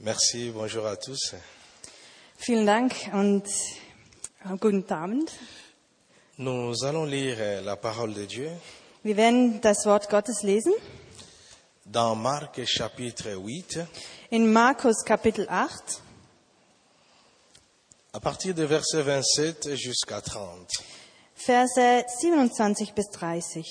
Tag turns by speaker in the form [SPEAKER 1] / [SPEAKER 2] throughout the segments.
[SPEAKER 1] Merci, bonjour à tous.
[SPEAKER 2] Vielen Dank und äh, guten Abend.
[SPEAKER 1] Nous allons lire euh, la parole de Dieu
[SPEAKER 2] Wir werden das Wort Gottes lesen
[SPEAKER 1] dans Marc chapitre 8,
[SPEAKER 2] in Markus Kapitel 8
[SPEAKER 1] à partir de verset 27 jusqu'à 30.
[SPEAKER 2] Verse 27 bis 30.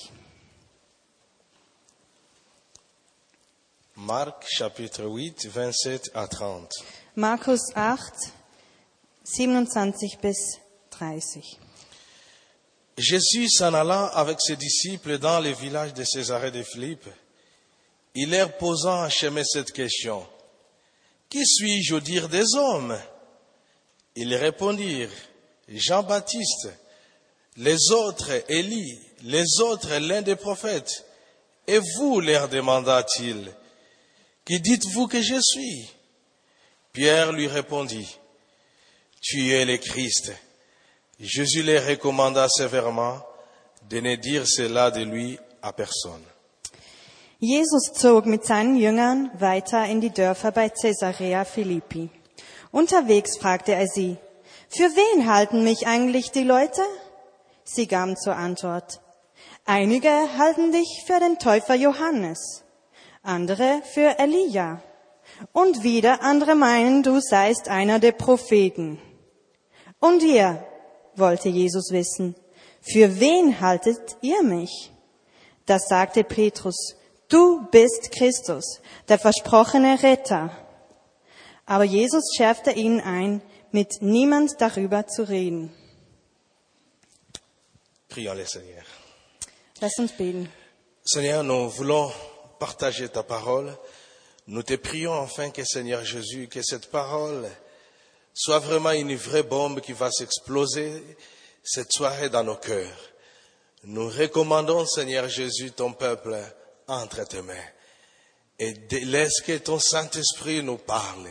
[SPEAKER 1] Marc chapitre 8, 27 à 30.
[SPEAKER 2] Markus 8 27 bis 30.
[SPEAKER 1] Jésus s'en alla avec ses disciples dans le village de Césarée de Philippe. Il leur posa en chemin cette question. Qui suis-je au dire des hommes? Ils répondirent, Jean-Baptiste, les autres Élie, les autres l'un des prophètes. Et vous, leur demanda-t-il, qui dites-vous que je suis? Pierre lui répondit, Tu es le Christ. Jésus les recommanda sévèrement de ne dire cela de lui à personne.
[SPEAKER 2] Jesus zog mit seinen Jüngern weiter in die Dörfer bei Caesarea Philippi. Unterwegs fragte er sie, für wen halten mich eigentlich die Leute? Sie gaben zur Antwort, einige halten dich für den Täufer Johannes, andere für Elia und wieder andere meinen, du seist einer der Propheten. Und ihr, wollte Jesus wissen, für wen haltet ihr mich? Das sagte Petrus, du bist Christus, der versprochene Retter. Aber Jesus schärfte ihnen ein, mit niemand darüber zu reden.
[SPEAKER 1] Prions le Seigneur.
[SPEAKER 2] Lass uns beten.
[SPEAKER 1] Seigneur, nous voulons partager ta parole. Nous te prions enfin que Seigneur Jésus, que cette parole soit vraiment une vraie bombe qui va s'exploser cette soirée dans nos cœurs. Nous recommandons, Seigneur Jésus, ton peuple entre tes mains. Et dé- laisse que ton Saint-Esprit nous parle.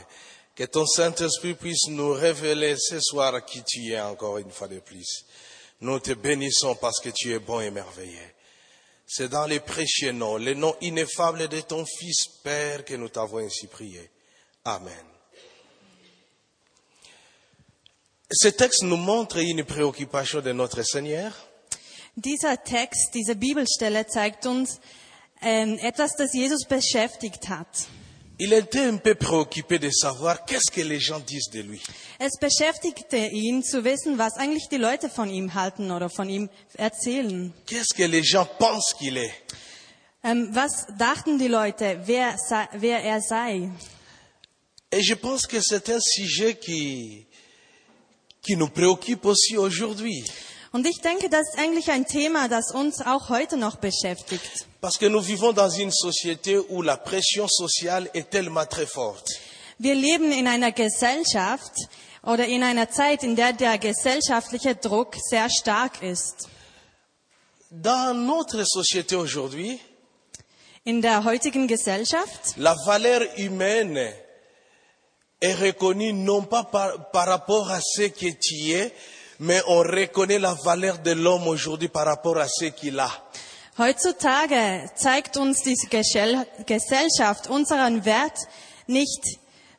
[SPEAKER 1] Que ton Saint-Esprit puisse nous révéler ce soir qui tu es encore une fois de plus. Nous te bénissons parce que tu es bon et merveilleux. C'est dans les précieux noms, le nom ineffable de ton Fils Père que nous t'avons ainsi prié. Amen. Ce texte nous montre une préoccupation de notre Seigneur
[SPEAKER 2] Dieser Text, diese Bibelstelle zeigt uns ähm, etwas, das Jesus beschäftigt hat.
[SPEAKER 1] Il était un peu préoccupé de savoir qu'est-ce que les gens disent de lui.
[SPEAKER 2] Es beschäftigte ihn zu wissen, was eigentlich die Leute von ihm halten oder von ihm erzählen.
[SPEAKER 1] Qu'est-ce que les gens pensent qu'il est.
[SPEAKER 2] Ähm, was dachten die Leute, wer, sei, wer er sei?
[SPEAKER 1] Et je pense que c'est un sujet qui, qui nous préoccupe aussi aujourd'hui.
[SPEAKER 2] Und ich denke, das ist eigentlich ein Thema, das uns auch heute noch beschäftigt.
[SPEAKER 1] Parce que nous vivons dans une société où la pression sociale est tellement très forte.
[SPEAKER 2] Wir leben in einer Gesellschaft oder in einer Zeit, in der der gesellschaftliche Druck sehr stark ist.
[SPEAKER 1] Dans notre société aujourd'hui,
[SPEAKER 2] In der heutigen Gesellschaft
[SPEAKER 1] la valeur humaine est reconnue non pas par, par rapport à ce que tu es, mais on reconnaît la valeur de l'homme aujourd'hui par rapport à ce qu'il a.
[SPEAKER 2] Heutzutage zeigt uns diese Gesell- Gesellschaft unseren Wert nicht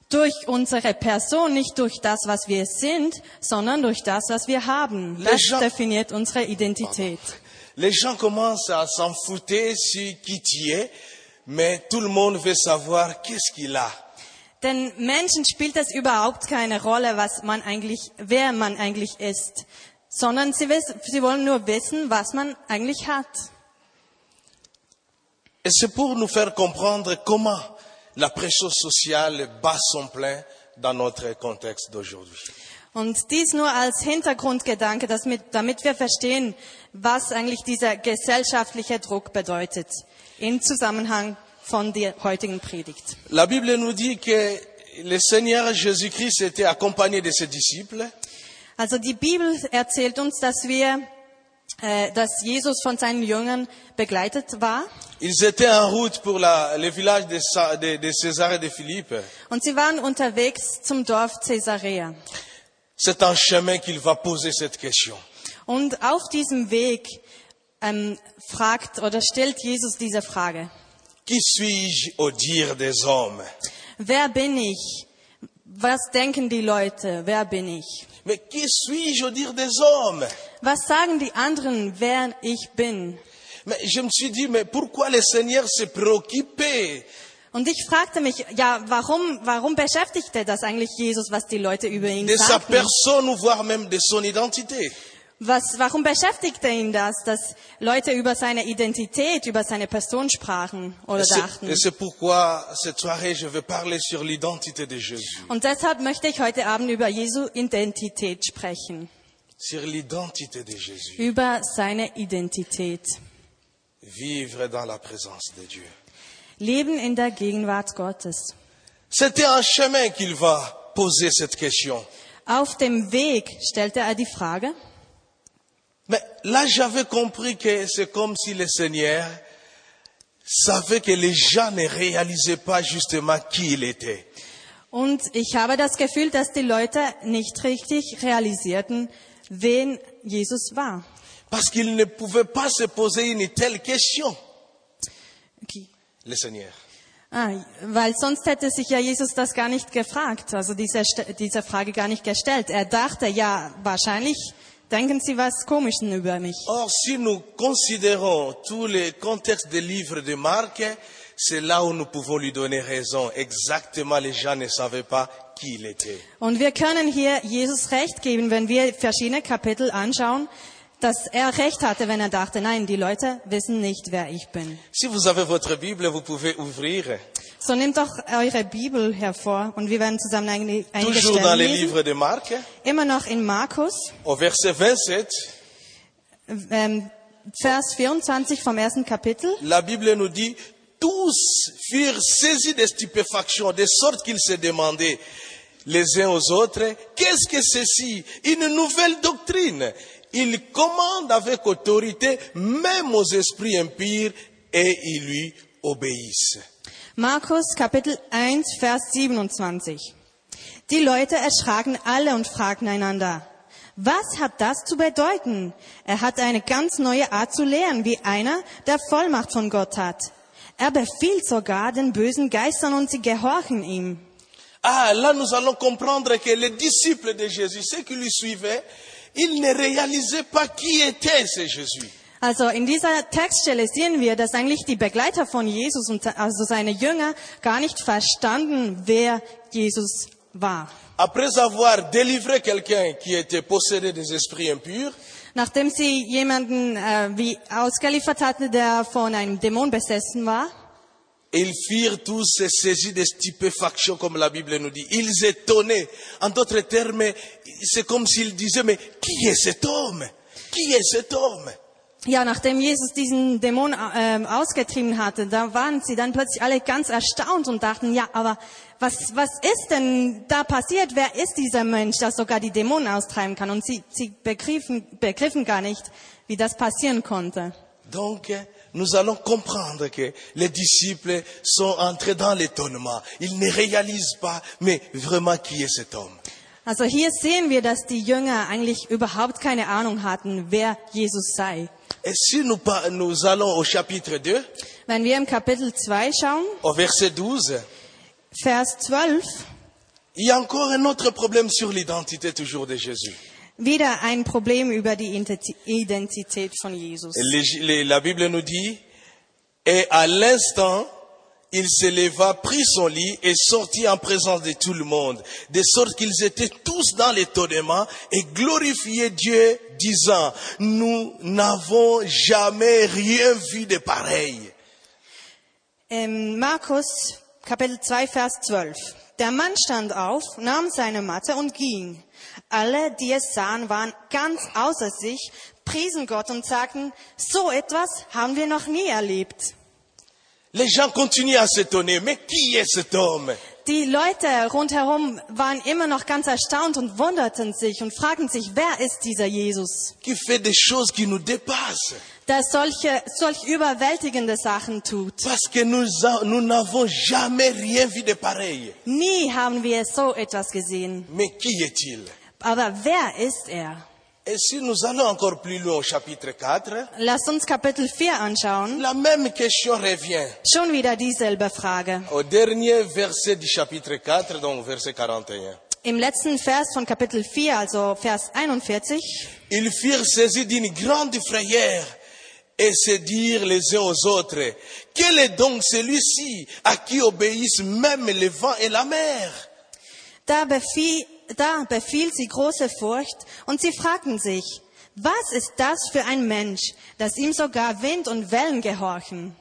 [SPEAKER 2] durch unsere Person, nicht durch das, was wir sind, sondern durch das, was wir haben. Das
[SPEAKER 1] Leger-
[SPEAKER 2] definiert unsere Identität.
[SPEAKER 1] Les gens commencent à s'en foutre sur qui tu es, mais tout le monde veut savoir qu'est-ce qu'il a.
[SPEAKER 2] Denn Menschen spielt es überhaupt keine Rolle, was man eigentlich, wer man eigentlich ist, sondern sie, wiss, sie wollen nur wissen, was man eigentlich hat.
[SPEAKER 1] Et c'est pour nous faire comprendre comment la pression sociale bat son plein dans notre contexte d'aujourd'hui.
[SPEAKER 2] Und dies nur als Hintergrundgedanke, dass mit, damit wir verstehen, was eigentlich dieser gesellschaftliche Druck bedeutet im Zusammenhang von der heutigen Predigt.
[SPEAKER 1] La Bible nous dit que le Seigneur Jésus-Christ était accompagné de ses disciples
[SPEAKER 2] Also die Bibel erzählt uns, dass wir, äh, dass Jesus von seinen Jüngern begleitet war
[SPEAKER 1] Ils étaient en route pour la- le village de, Sa- de- de César et de Philippe.
[SPEAKER 2] und sie waren unterwegs zum Dorf Caesarea.
[SPEAKER 1] C'est en chemin qu'il va poser cette question.
[SPEAKER 2] Und auf diesem Weg ähm, fragt oder stellt Jesus diese Frage:
[SPEAKER 1] Qui suis-je au dire des hommes
[SPEAKER 2] Wer bin ich Was denken die Leute? Wer bin ich?
[SPEAKER 1] Mais qui suis-je au dire des hommes
[SPEAKER 2] Was sagen die anderen, wer ich bin?
[SPEAKER 1] Mais je me suis dit, mais pourquoi le Seigneur s'est préoccupé
[SPEAKER 2] Und ich fragte mich, ja, warum, warum beschäftigt er das eigentlich Jesus, was die Leute über ihn
[SPEAKER 1] de sa
[SPEAKER 2] sagten?
[SPEAKER 1] personne ou voire même de son identité
[SPEAKER 2] Was, warum beschäftigte ihn das, dass Leute über seine Identität, über seine Person sprachen oder
[SPEAKER 1] Et c'est-
[SPEAKER 2] dachten?
[SPEAKER 1] Et c'est pourquoi cette soirée, je vais parler sur l'identité de Jésus.
[SPEAKER 2] Und deshalb möchte ich heute Abend über Jesu Identität sprechen.
[SPEAKER 1] Sur l'identité de Jésus.
[SPEAKER 2] Über seine Identität.
[SPEAKER 1] Vivre dans la présence de Dieu.
[SPEAKER 2] Leben in der Gegenwart Gottes.
[SPEAKER 1] C'était un chemin qu'il va poser cette question.
[SPEAKER 2] Auf dem Weg stellte er die Frage,
[SPEAKER 1] Mais là, j'avais compris que c'est comme si le Seigneur savait que les gens ne réalisaient pas justement qui il était.
[SPEAKER 2] Und ich habe das Gefühl, dass die Leute nicht richtig realisierten, wen Jesus war.
[SPEAKER 1] Parce qu'il ne pouvait pas se poser une telle question,
[SPEAKER 2] Okay.
[SPEAKER 1] le Seigneur.
[SPEAKER 2] Ah, weil sonst hätte sich ja Jesus das gar nicht gefragt, also diese, St- diese Frage gar nicht gestellt. Er dachte, ja, wahrscheinlich denken Sie was Komisches über mich.
[SPEAKER 1] Or, si nous considérons tous les contextes des livres de Marc, c'est là où nous pouvons lui donner raison. Exactement, les gens ne savaient pas qui il était.
[SPEAKER 2] Und wir können hier Jesus recht geben, wenn wir verschiedene Kapitel anschauen, dass er recht hatte, wenn er dachte, nein, die Leute wissen nicht, wer ich bin.
[SPEAKER 1] Si vous avez votre Bible, vous pouvez ouvrir.
[SPEAKER 2] So nehmt doch eure Bibel hervor und wir werden zusammen einige, einige
[SPEAKER 1] Toujours dans
[SPEAKER 2] Stellen
[SPEAKER 1] les
[SPEAKER 2] lesen.
[SPEAKER 1] livres de Marc,
[SPEAKER 2] Immer noch in Markus,
[SPEAKER 1] au verset 27,
[SPEAKER 2] ähm, Vers 24 vom ersten Kapitel.
[SPEAKER 1] la Bible nous dit, tous furent saisis de stupéfaction, de sorte qu'ils se demandaient les uns aux autres, qu'est-ce que ceci? Une nouvelle doctrine. Il commande avec autorité, même aux esprits impurs, et ils lui obéissent.
[SPEAKER 2] Markus Kapitel 1, Vers 27. Die Leute erschraken alle und fragten einander, was hat das zu bedeuten? Er hat eine ganz neue Art zu lehren, wie einer, der Vollmacht von Gott hat. Er befiehlt sogar den bösen Geistern und sie gehorchen ihm.
[SPEAKER 1] Ah, là, nous allons comprendre que les disciples de Jésus, ceux qui lui suivaient, ils ne réalisaient pas qui était ce Jésus.
[SPEAKER 2] Also in dieser Textstelle sehen wir, dass eigentlich die Begleiter von Jesus und also seine Jünger gar nicht verstanden, wer Jesus war.
[SPEAKER 1] Après avoir délivré quelqu'un qui était possédé des esprits impurs,
[SPEAKER 2] Nachdem sie jemanden äh, wie ausgeliefert hatte, der von einem Dämon besessen war,
[SPEAKER 1] ils firent tous se saisir de stupéfaction, comme la Bible nous dit. Ils étonnaient. En d'autres termes, c'est comme s'ils disaient, mais qui est cet homme? Qui est cet homme?
[SPEAKER 2] ja, nachdem Jesus diesen Dämon ähm, ausgetrieben hatte, da waren sie dann plötzlich alle ganz erstaunt und dachten, ja, aber was, was ist denn da passiert? Wer ist dieser Mensch, dass sogar die Dämonen austreiben kann? Und sie, sie begriffen, begriffen gar nicht, wie das passieren konnte.
[SPEAKER 1] Donc, nous allons comprendre que les disciples sont entrés dans l'étonnement. Ils ne réalisent pas, mais vraiment qui est cet homme?
[SPEAKER 2] Also hier sehen wir, dass die Jünger eigentlich überhaupt keine Ahnung hatten, wer Jesus sei.
[SPEAKER 1] Et si nous, par- nous allons au chapitre 2,
[SPEAKER 2] Wenn wir im Kapitel 2 schauen,
[SPEAKER 1] au verset 12,
[SPEAKER 2] Vers 12,
[SPEAKER 1] Il y a encore un autre problème sur l'identité toujours de Jésus.
[SPEAKER 2] wieder ein Problem über die Identi- Identität von Jesus.
[SPEAKER 1] Et les- les- la Bible nous dit, et à l'instant, il se leva, prit son lit et sortit en présence de tout le monde, de sorte qu'ils étaient tous dans l'étonnement et glorifiaient Dieu, disant, nous n'avons jamais rien vu de pareil.
[SPEAKER 2] Ähm, Markus, Kapitel 2, Vers 12. Der Mann stand auf, nahm seine Matte und ging. Alle, die es sahen, waren ganz außer sich, priesen Gott und sagten, so etwas haben wir noch nie erlebt.
[SPEAKER 1] Les gens continuent à s'étonner, mais qui est cet homme?
[SPEAKER 2] Die Leute rundherum waren immer noch ganz erstaunt und wunderten sich und fragten sich, wer ist dieser Jesus,
[SPEAKER 1] Qui fait des choses qui nous dépassent?
[SPEAKER 2] der solche, solch überwältigende Sachen tut?
[SPEAKER 1] Parce que nous a- nous n'avons jamais rien vu de pareil.
[SPEAKER 2] Nie haben wir so etwas gesehen.
[SPEAKER 1] Mais qui est-il
[SPEAKER 2] Aber wer ist er?
[SPEAKER 1] Et si nous allons encore plus loin au chapitre 4,
[SPEAKER 2] Lasst uns Kapitel 4 anschauen.
[SPEAKER 1] la même question revient
[SPEAKER 2] Schon wieder dieselbe Frage.
[SPEAKER 1] au dernier verset du chapitre 4, donc verset 41.
[SPEAKER 2] Im letzten Vers von Kapitel 4, also Vers 41,
[SPEAKER 1] Ils furent saisis d'une grande frayeur et se dirent les uns aux autres, quel est donc celui-ci à qui obéissent même le vent et la mer
[SPEAKER 2] da befiel, da befiel sie große Furcht und sie fragten sich, was ist das für ein Mensch, dass ihm sogar Wind und Wellen gehorchen?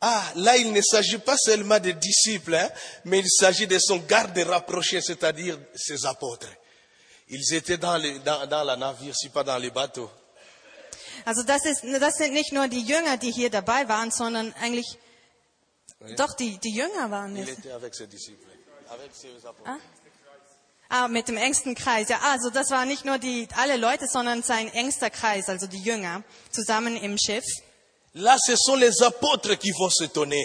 [SPEAKER 1] Ah, là, il ne s'agit pas seulement des disciples, hein, mais il s'agit de son garde rapproché, c'est-à-dire ses apôtres. Ils étaient dans, le- dans, dans la navire, si pas dans les bateaux.
[SPEAKER 2] Also das, ist, das sind nicht nur die Jünger, die hier dabei waren, sondern eigentlich doch die, die Jünger waren
[SPEAKER 1] Il
[SPEAKER 2] es.
[SPEAKER 1] était avec ses disciples, avec ses apôtres.
[SPEAKER 2] Hein? Ah, mit dem engsten Kreis. Ja, also das waren nicht nur die alle Leute, sondern sein engster Kreis, also die Jünger, zusammen im Schiff.
[SPEAKER 1] Là, ce sont les apôtres qui vont s'étonner.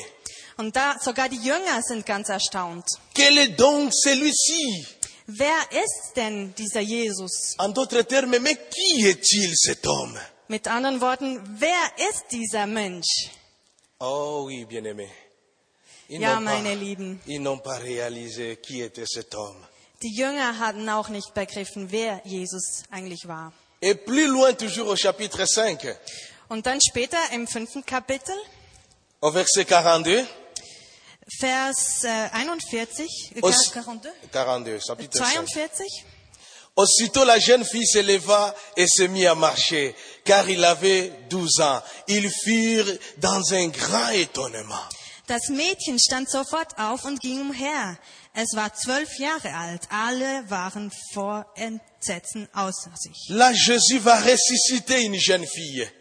[SPEAKER 2] Und da sogar die Jünger sind ganz erstaunt.
[SPEAKER 1] Quel est donc celui-ci
[SPEAKER 2] Wer ist denn dieser Jesus?
[SPEAKER 1] En d'autres termes, mais qui est-il cet homme
[SPEAKER 2] Mit anderen Worten, wer ist dieser Mensch?
[SPEAKER 1] Oh oui, bien-aimé. Ils
[SPEAKER 2] Ja,
[SPEAKER 1] n'ont pas-
[SPEAKER 2] meine Lieben.
[SPEAKER 1] Ils n'ont pas réalisé qui était cet homme.
[SPEAKER 2] Die Jünger hatten auch nicht begriffen, wer Jesus eigentlich war.
[SPEAKER 1] Et plus loin, toujours au chapitre 5,
[SPEAKER 2] Und dann später im fünften Kapitel,
[SPEAKER 1] au verset 42,
[SPEAKER 2] Vers äh, 41, äh,
[SPEAKER 1] Aus-
[SPEAKER 2] 42,
[SPEAKER 1] 42, chapitre 5.
[SPEAKER 2] 42.
[SPEAKER 1] Aussitôt la jeune fille se leva et se mit à marcher, car il avait 12 ans. Ils furent dans un grand étonnement.
[SPEAKER 2] Das Mädchen stand sofort auf und ging umher. Es war zwölf Jahre alt. Alle waren vor Entsetzen außer sich.
[SPEAKER 1] Là, Jésus va ressusciter une jeune fille.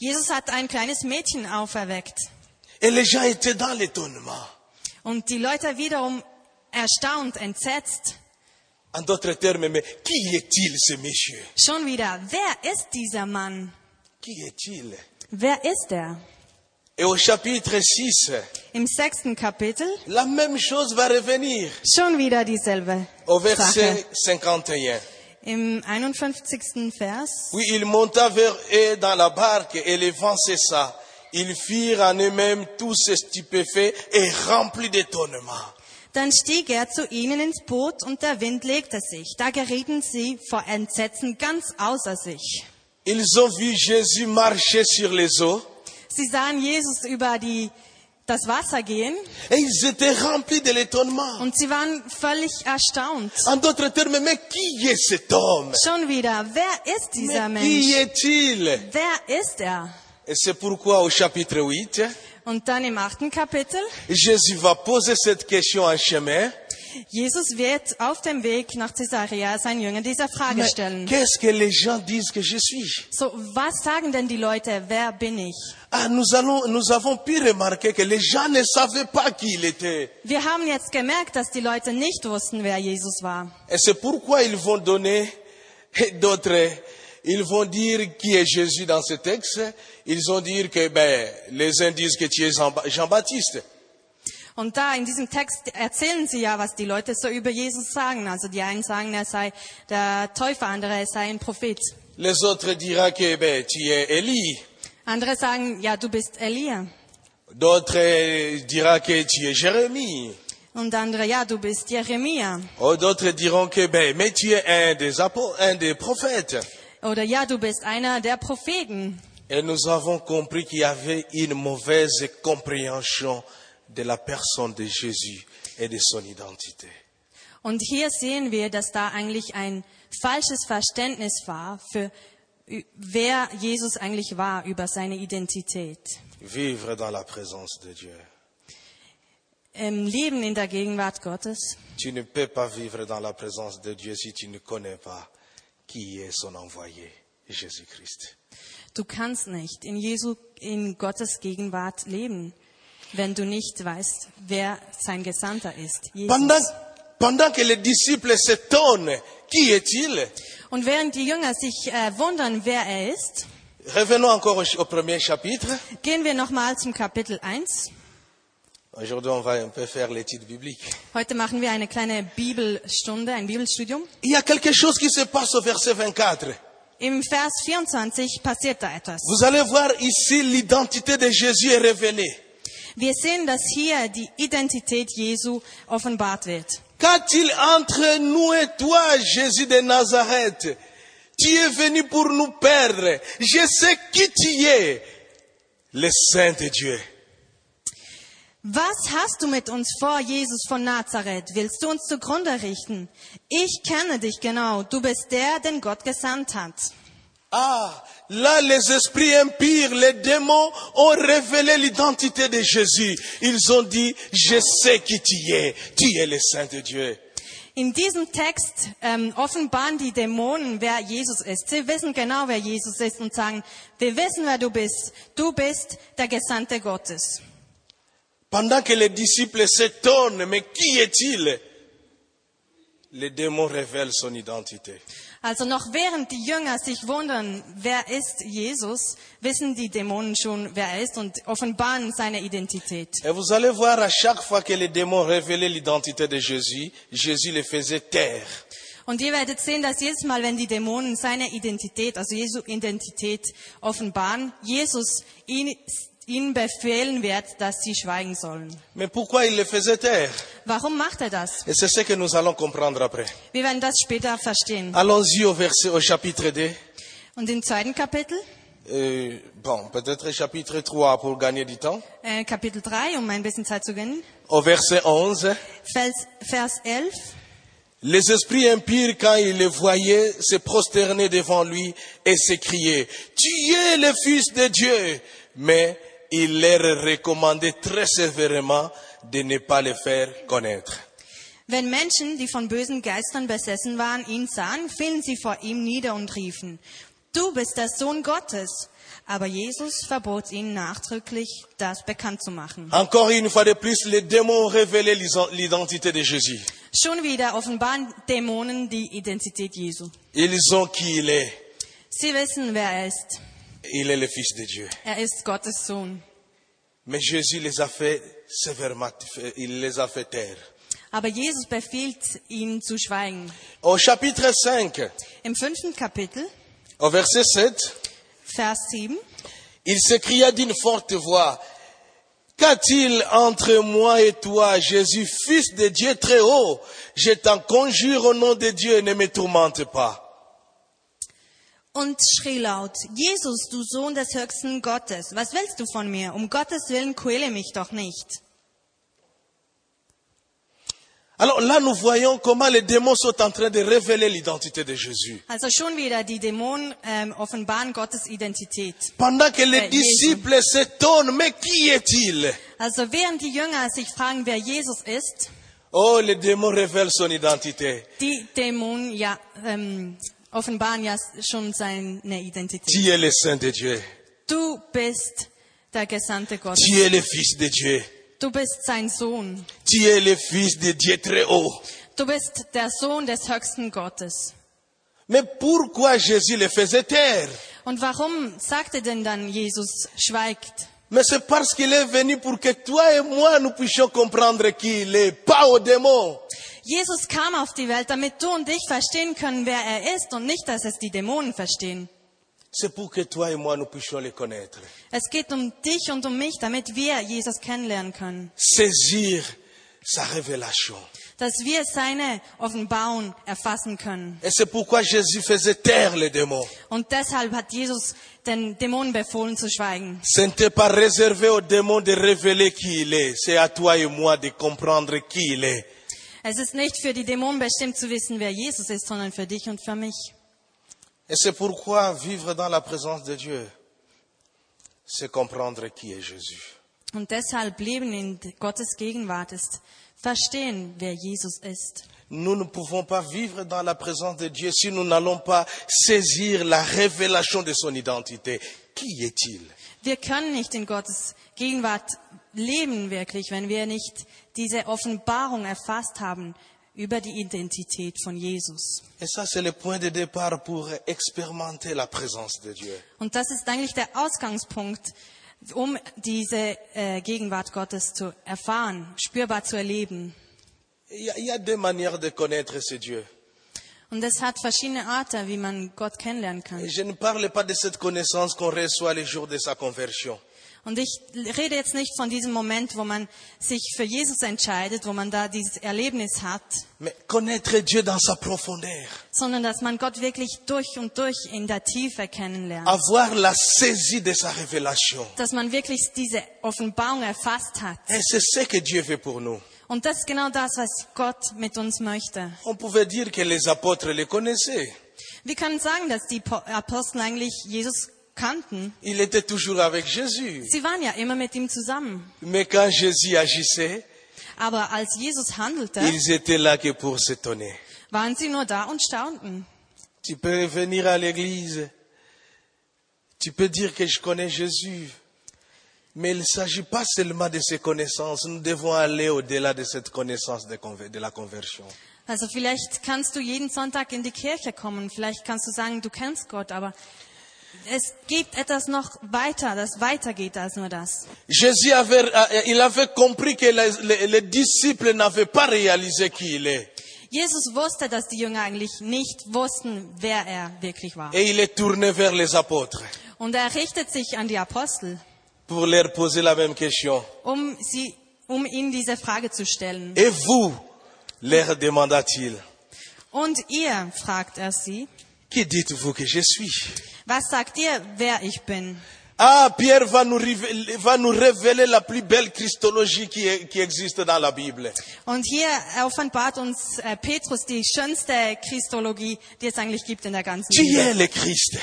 [SPEAKER 2] Jesus hat ein kleines Mädchen auferweckt.
[SPEAKER 1] Et les gens étaient dans l'étonnement.
[SPEAKER 2] Und die Leute wiederum erstaunt, entsetzt.
[SPEAKER 1] En d'autres termes, mais qui est-il ce monsieur
[SPEAKER 2] Schon wieder, wer ist dieser Mann?
[SPEAKER 1] Qui est-il
[SPEAKER 2] Wer ist er?
[SPEAKER 1] Et au chapitre 6,
[SPEAKER 2] Im sechsten Kapitel
[SPEAKER 1] la même chose va revenir
[SPEAKER 2] schon wieder dieselbe
[SPEAKER 1] au
[SPEAKER 2] Sache.
[SPEAKER 1] verset 51.
[SPEAKER 2] Im 51. Vers.
[SPEAKER 1] Puis il monta vers eux dans la barque et le vent cessa. Ils firent en eux-mêmes tous stupéfaits et remplis d'étonnement.
[SPEAKER 2] Dann stieg er zu ihnen ins Boot und der Wind legte sich. Da gerieten sie vor Entsetzen ganz außer sich.
[SPEAKER 1] Ils ont vu Jésus marcher sur les eaux
[SPEAKER 2] Sie sahen Jesus über die, das Wasser gehen
[SPEAKER 1] et ils étaient remplis de l'étonnement.
[SPEAKER 2] und sie waren völlig erstaunt.
[SPEAKER 1] En d'autres termes, mais qui est cet homme
[SPEAKER 2] Schon wieder, wer ist dieser
[SPEAKER 1] Mais Qui
[SPEAKER 2] Mensch?
[SPEAKER 1] est-il
[SPEAKER 2] Wer ist er?
[SPEAKER 1] Et c'est pourquoi au chapitre 8,
[SPEAKER 2] Und dann im achten Kapitel,
[SPEAKER 1] Jésus va poser cette question en chemin.
[SPEAKER 2] Jesus wird auf dem Weg nach Caesarea seinen Jüngern diese Frage
[SPEAKER 1] Mais
[SPEAKER 2] stellen.
[SPEAKER 1] Qu'est-ce que les gens disent que je suis
[SPEAKER 2] So, was sagen denn die Leute? Wer bin ich?
[SPEAKER 1] Ah, nous, allons, nous avons pu remarquer que les gens ne savaient pas qui il était.
[SPEAKER 2] Wir haben jetzt gemerkt, dass die Leute nicht wussten, wer Jesus war.
[SPEAKER 1] Et c'est pourquoi ils vont donner d'autres. Ils vont dire qui est Jésus dans ce texte. Ils vont dire que ben, les uns disent que tu es Jean- Jean-Baptiste.
[SPEAKER 2] Und da in diesem Text erzählen sie ja, was die Leute so über Jesus sagen. Also die einen sagen, er sei der Täufer, andere er sei ein Prophet.
[SPEAKER 1] Les autres diront que ben, tu es Élie.
[SPEAKER 2] Andere sagen, ja, du bist Elia.
[SPEAKER 1] D'autres euh, diront que tu es Jérémie.
[SPEAKER 2] Und andere, ja, du bist Jeremia.
[SPEAKER 1] Oh, D'autres diront que ben, mais tu es un des, apo- un des prophètes.
[SPEAKER 2] Oder ja, du bist einer der Propheten.
[SPEAKER 1] Et nous avons compris qu'il y avait une mauvaise compréhension de la personne de Jésus et de son identité.
[SPEAKER 2] Und hier sehen wir, dass da eigentlich ein falsches Verständnis war für ü- wer Jesus eigentlich war über seine Identität.
[SPEAKER 1] Vivre dans la présence de Dieu.
[SPEAKER 2] Im Leben in der Gegenwart Gottes.
[SPEAKER 1] Tu ne peux pas vivre dans la présence de Dieu si tu ne connais pas qui est son envoyé, Jésus-Christ.
[SPEAKER 2] Du kannst nicht in Jesu, in Gottes Gegenwart leben, wenn du nicht weißt, wer sein Gesandter ist. Jesus.
[SPEAKER 1] Pendant, pendant que les disciples s'étonnent, qui est-il
[SPEAKER 2] Und während die Jünger sich äh, wundern, wer er ist,
[SPEAKER 1] Revenons encore au, ch- au premier chapitre.
[SPEAKER 2] gehen wir nochmal zum Kapitel 1.
[SPEAKER 1] Aujourd'hui, on va un peu faire l'étude biblique.
[SPEAKER 2] Heute machen wir eine kleine Bibelstunde, ein Bibelstudium.
[SPEAKER 1] Il y a quelque chose qui se passe au verset 24.
[SPEAKER 2] Im Vers 24 passiert da etwas.
[SPEAKER 1] Vous allez voir ici, l'identité de Jésus est révélée.
[SPEAKER 2] Wir sehen, dass hier die Identität Jesu offenbart wird.
[SPEAKER 1] Quand il entre nous et toi, Jésus de Nazareth, tu es venu pour nous perdre. Je sais qui tu es, le Saint de Dieu.
[SPEAKER 2] Was hast du mit uns vor, Jesus von Nazareth? Willst du uns zugrunde richten? Ich kenne dich genau. Du bist der, den Gott gesandt hat.
[SPEAKER 1] Ah, là, les esprits impurs, les démons ont révélé l'identité de Jésus. Ils ont dit, je sais qui tu es. Tu es le Saint de Dieu.
[SPEAKER 2] In diesem Text ähm, offenbaren die Dämonen, wer Jesus ist. Sie wissen genau, wer Jesus ist und sagen, wir wissen, wer du bist. Du bist der Gesandte Gottes.
[SPEAKER 1] Pendant que les disciples s'étonnent, mais qui est-il? Les démons révèlent son identité.
[SPEAKER 2] Also noch während die Jünger sich wundern, wer ist Jesus, wissen die Dämonen schon, wer er ist und offenbaren seine Identität.
[SPEAKER 1] Et vous allez voir à chaque fois que les démons révélaient l'identité de Jésus, Jésus les faisait taire.
[SPEAKER 2] Und ihr werdet sehen, dass jedes Mal, wenn die Dämonen seine Identität, also Jesu Identität offenbaren, Jesus ihn, ihnen befehlen wird, dass sie schweigen sollen.
[SPEAKER 1] Mais pourquoi il les faisait taire?
[SPEAKER 2] Warum macht er das?
[SPEAKER 1] Et c'est ce que nous allons comprendre après.
[SPEAKER 2] Wir werden das später verstehen.
[SPEAKER 1] Allons-y au verset, au chapitre 2.
[SPEAKER 2] Und im zweiten Kapitel,
[SPEAKER 1] Euh, bon, peut-être chapitre 3 pour gagner du temps.
[SPEAKER 2] äh, Kapitel 3, um ein bisschen Zeit zu gewinnen,
[SPEAKER 1] Au verset 11.
[SPEAKER 2] Vers, Vers 11.
[SPEAKER 1] Les esprits impurs, quand ils le voyaient, se prosternaient devant lui et s'écriaient, Tu es le Fils de Dieu. Mais il leur recommandait très sévèrement de ne pas le faire connaître.
[SPEAKER 2] Wenn Menschen, die von bösen Geistern besessen waren, ihn sahen, fielen sie vor ihm nieder und riefen, du bist der Sohn Gottes. Aber Jesus verbot ihnen nachdrücklich, das bekannt zu machen.
[SPEAKER 1] Encore une fois de plus, les démons ont révélé l'isen- l'identité de Jésus.
[SPEAKER 2] Schon wieder offenbaren Dämonen die Identität Jesu.
[SPEAKER 1] Ils ont qui il est.
[SPEAKER 2] Sie wissen, wer er ist.
[SPEAKER 1] Il est le Fils de Dieu.
[SPEAKER 2] Er ist Gottes Sohn.
[SPEAKER 1] Mais Jésus les a fait sévèrement, il les a fait taire.
[SPEAKER 2] Aber Jesus befiehlt ihnen zu schweigen.
[SPEAKER 1] Au chapitre 5,
[SPEAKER 2] Im fünften Kapitel,
[SPEAKER 1] au verset 7,
[SPEAKER 2] Vers 7,
[SPEAKER 1] Il s'écria d'une forte voix, Qu'a-t-il entre moi et toi, Jésus, fils de Dieu très haut Je t'en conjure au nom de Dieu, ne me tourmente pas.
[SPEAKER 2] und schrie laut, Jesus, du Sohn des höchsten Gottes, was willst du von mir? Um Gottes Willen quäle mich doch nicht.
[SPEAKER 1] Alors là, nous voyons comment les démons sont en train de révéler l'identité de Jésus.
[SPEAKER 2] Also schon wieder die Dämonen ähm, offenbaren Gottes Identität.
[SPEAKER 1] Pendant que les
[SPEAKER 2] Ouais,
[SPEAKER 1] disciples s'étonnent, mais qui est-il
[SPEAKER 2] Also während die Jünger sich fragen, wer Jesus ist,
[SPEAKER 1] Oh, les démons révèlent son identité.
[SPEAKER 2] die Dämonen ja, ähm, offenbaren ja schon seine Identität.
[SPEAKER 1] Tu es le Saint de Dieu.
[SPEAKER 2] Du bist der Gesandte Gottes.
[SPEAKER 1] Tu es le Fils de Dieu.
[SPEAKER 2] Du bist sein Sohn.
[SPEAKER 1] Tu es le Fils de Dieu très haut.
[SPEAKER 2] Du bist der Sohn des höchsten Gottes.
[SPEAKER 1] Mais pourquoi Jésus les faisait taire
[SPEAKER 2] Und warum sagte denn dann Jesus, schweigt?
[SPEAKER 1] Mais c'est parce qu'il est venu pour que toi et moi nous puissions comprendre qui il est, pas au démon.
[SPEAKER 2] Jesus kam auf die Welt, damit du und ich verstehen können, wer er ist und nicht, dass es die Dämonen verstehen.
[SPEAKER 1] C'est pour que toi et moi nous puissions le connaître.
[SPEAKER 2] Es geht um dich und um mich, damit wir Jesus kennenlernen können,
[SPEAKER 1] Saisir sa révélation.
[SPEAKER 2] dass wir seine Offenbarung erfassen können.
[SPEAKER 1] Et c'est pourquoi Jésus faisait taire les démons.
[SPEAKER 2] Und deshalb hat Jesus den Dämonen befohlen zu schweigen.
[SPEAKER 1] Ce n'était pas réservé aux démons de révéler qui il est. C'est à toi et moi de comprendre qui il est.
[SPEAKER 2] Es ist nicht für die Dämonen bestimmt zu wissen, wer Jesus ist, sondern für dich und für mich.
[SPEAKER 1] Et c'est pourquoi vivre dans la présence de Dieu, c'est comprendre qui est Jésus.
[SPEAKER 2] Und deshalb Leben in Gottes Gegenwart ist verstehen, wer Jesus ist.
[SPEAKER 1] Nous ne pouvons pas vivre dans la présence de Dieu si nous n'allons pas saisir la révélation de son identité. Qui est-il
[SPEAKER 2] Wir können nicht in Gottes Gegenwart leben wirklich, wenn wir nicht diese Offenbarung erfasst haben über die Identität von Jesus.
[SPEAKER 1] Et ça, c'est le point de départ pour expérimenter la présence de Dieu.
[SPEAKER 2] Und das ist eigentlich der Ausgangspunkt, um diese äh, Gegenwart Gottes zu erfahren, spürbar zu erleben.
[SPEAKER 1] Il y, a, il y a deux manières de connaître ce Dieu.
[SPEAKER 2] Und es hat verschiedene Arten, wie man Gott kennenlernen kann.
[SPEAKER 1] Et je ne parle pas de cette connaissance qu'on reçoit les jours de sa conversion.
[SPEAKER 2] Und ich rede jetzt nicht von diesem Moment, wo man sich für Jesus entscheidet, wo man da dieses Erlebnis hat,
[SPEAKER 1] Mais connaître Dieu dans sa profondeur,
[SPEAKER 2] sondern dass man Gott wirklich durch und durch in der Tiefe kennenlernt.
[SPEAKER 1] avoir la saisie de sa révélation.
[SPEAKER 2] Dass man wirklich diese Offenbarung erfasst hat.
[SPEAKER 1] Et c'est ce que Dieu veut pour nous.
[SPEAKER 2] Und das ist genau das, was Gott mit uns möchte.
[SPEAKER 1] On pouvait dire que les apôtres les connaissaient.
[SPEAKER 2] Wir können sagen, dass die Po- Apostel eigentlich Jesus kannten.
[SPEAKER 1] Il était toujours avec Jésus.
[SPEAKER 2] Sie waren ja immer mit ihm zusammen.
[SPEAKER 1] Mais quand Jésus agissait,
[SPEAKER 2] Aber als Jesus handelte,
[SPEAKER 1] ils étaient là que pour s'étonner.
[SPEAKER 2] waren sie nur da und staunten.
[SPEAKER 1] Tu peux venir à l'église. Tu peux dire que je connais Jésus. Mais il ne s'agit pas seulement de ces connaissances. Nous devons aller au-delà de cette connaissance de, conver- de la conversion.
[SPEAKER 2] Also vielleicht kannst du jeden Sonntag in die Kirche kommen, vielleicht kannst du sagen, du kennst Gott, aber es gibt etwas noch weiter, das weitergeht als nur das.
[SPEAKER 1] Jésus avait, euh, il avait compris que les, les- les disciples n'avaient pas réalisé qui il est.
[SPEAKER 2] Jesus wusste, dass die Jünger eigentlich nicht wussten, wer er wirklich war.
[SPEAKER 1] Et il est tourné vers les apôtres
[SPEAKER 2] Und er richtet sich an die Apostel,
[SPEAKER 1] pour leur poser la même question.
[SPEAKER 2] um sie, um ihnen diese Frage zu stellen.
[SPEAKER 1] Et vous, leur demanda-t-il,
[SPEAKER 2] Und ihr, fragt er sie,
[SPEAKER 1] qui dites-vous que je suis?
[SPEAKER 2] was sagt ihr, wer ich bin?
[SPEAKER 1] Ah, Pierre va nous, révéler, va nous révéler la plus belle christologie qui, est- qui existe dans la Bible.
[SPEAKER 2] Und hier offenbart uns äh, Petrus die schönste Christologie, die es eigentlich gibt in der ganzen
[SPEAKER 1] Tu
[SPEAKER 2] Bibel.
[SPEAKER 1] es le Christ.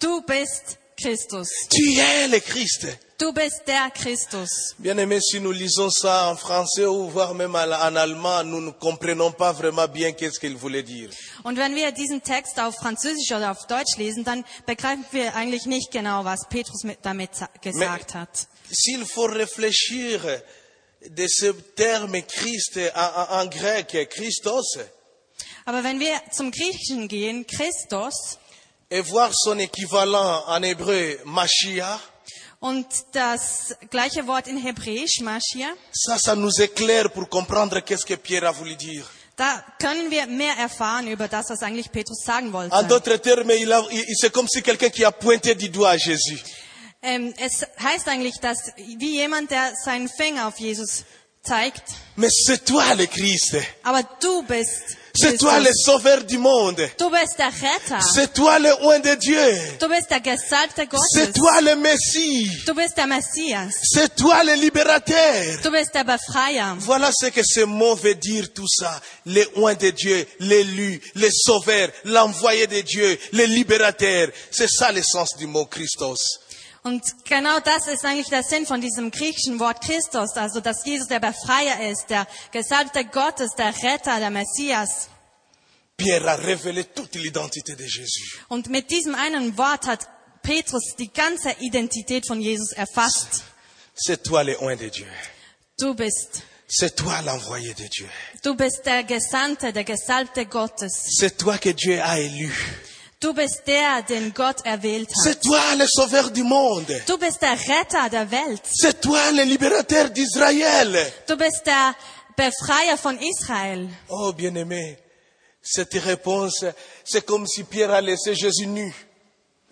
[SPEAKER 2] Du bist Christus.
[SPEAKER 1] Tu es le Christ.
[SPEAKER 2] Du bist der Christus.
[SPEAKER 1] Bien aimé, si nous lisons ça en français ou voire même en en allemand, nous ne comprenons pas vraiment bien qu'est-ce qu'il voulait dire.
[SPEAKER 2] Und wenn wir diesen Text auf Französisch oder auf Deutsch lesen, dann begreifen wir eigentlich nicht genau, was Petrus mit, damit za- gesagt hat.
[SPEAKER 1] S'il faut réfléchir de ce terme Christ en, en- en grec, Christos,
[SPEAKER 2] Aber wenn wir zum Griechischen gehen, Christus,
[SPEAKER 1] et voir son équivalent en hébreu, Mashiach,
[SPEAKER 2] und das gleiche Wort in Hebräisch, Mashiach,
[SPEAKER 1] ça, ça nous éclaire pour comprendre qu'est-ce que Pierre a voulu dire.
[SPEAKER 2] da können wir mehr erfahren über das, was eigentlich Petrus sagen
[SPEAKER 1] En
[SPEAKER 2] wollte.
[SPEAKER 1] d'autres termes, il a- il- c'est comme si quelqu'un qui a pointé du doigt à Jésus.
[SPEAKER 2] Ähm, es heißt eigentlich, dass wie jemand, der seinen Finger auf Jesus zeigt,
[SPEAKER 1] Mais c'est toi le Christ.
[SPEAKER 2] aber du bist
[SPEAKER 1] C'est toi le
[SPEAKER 2] Christus.
[SPEAKER 1] sauveur du monde.
[SPEAKER 2] Du bist der Retter.
[SPEAKER 1] C'est toi le oint de Dieu.
[SPEAKER 2] Du bist der Gesalbte
[SPEAKER 1] C'est
[SPEAKER 2] Gottes.
[SPEAKER 1] toi le Messie.
[SPEAKER 2] Du bist der Messias.
[SPEAKER 1] C'est toi le libérateur.
[SPEAKER 2] Du bist der Befreier.
[SPEAKER 1] Voilà ce que ce mot veut dire tout ça. Le oint de Dieu, l'élu, le sauveur, l'envoyé de Dieu, le libérateur. C'est ça l'essence du mot Christos.
[SPEAKER 2] Und genau das ist eigentlich der Sinn von diesem griechischen Wort Christus, also dass Jesus der Befreier ist, der Gesalbte Gottes, der Retter, der Messias.
[SPEAKER 1] Pierre a révélé toute l'identité de Jésus.
[SPEAKER 2] Und mit diesem einen Wort hat Petrus die ganze Identität von Jesus erfasst.
[SPEAKER 1] C'est toi le oint de Dieu.
[SPEAKER 2] Du bist,
[SPEAKER 1] C'est toi l'envoyé de Dieu.
[SPEAKER 2] du bist der Gesandte, der Gesalbte Gottes.
[SPEAKER 1] C'est toi que Dieu a élu.
[SPEAKER 2] Du bist der, den Gott erwählt hat.
[SPEAKER 1] C'est toi le sauveur du monde.
[SPEAKER 2] Du bist der Retter der Welt.
[SPEAKER 1] C'est toi le libérateur d'Israël.
[SPEAKER 2] Du bist der Befreier von Israel.
[SPEAKER 1] Oh bien-aimé, cette réponse, c'est comme si Pierre a laissé Jésus nu,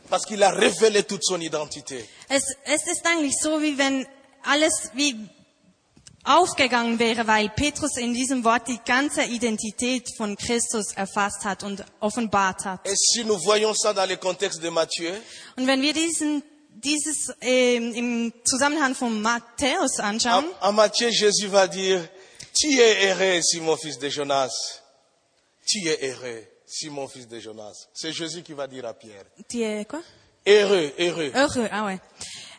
[SPEAKER 1] parce qu'il a révélé toute son identité.
[SPEAKER 2] Es, es ist eigentlich so, wie wenn alles wie aufgegangen wäre, weil Petrus in diesem Wort die ganze Identität von Christus erfasst hat und offenbart hat.
[SPEAKER 1] Et si nous voyons ça dans le contexte de Matthieu,
[SPEAKER 2] Und wenn wir diesen, dieses ähm, im Zusammenhang von Matthäus
[SPEAKER 1] à,
[SPEAKER 2] anschauen,
[SPEAKER 1] à Matthieu, Jésus va dire, tu es heureux, Simon, fils de Jonas. Tu es heureux, Simon, fils de Jonas. C'est Jésus qui va dire à Pierre,
[SPEAKER 2] die, äh, quoi?
[SPEAKER 1] heureux, heureux.
[SPEAKER 2] Irre, aue.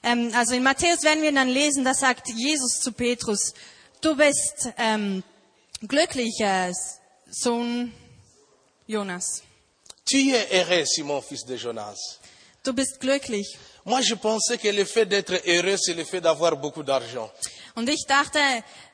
[SPEAKER 2] Ähm, also in Matthäus werden wir dann lesen, da sagt Jesus zu Petrus, du bist ähm, glücklicher Sohn Jonas.
[SPEAKER 1] Tu es heureux, Simon, fils de Jonas.
[SPEAKER 2] Du bist glücklich.
[SPEAKER 1] Moi, je pensais que le fait d'être heureux, c'est le fait d'avoir beaucoup d'argent.
[SPEAKER 2] Und ich dachte,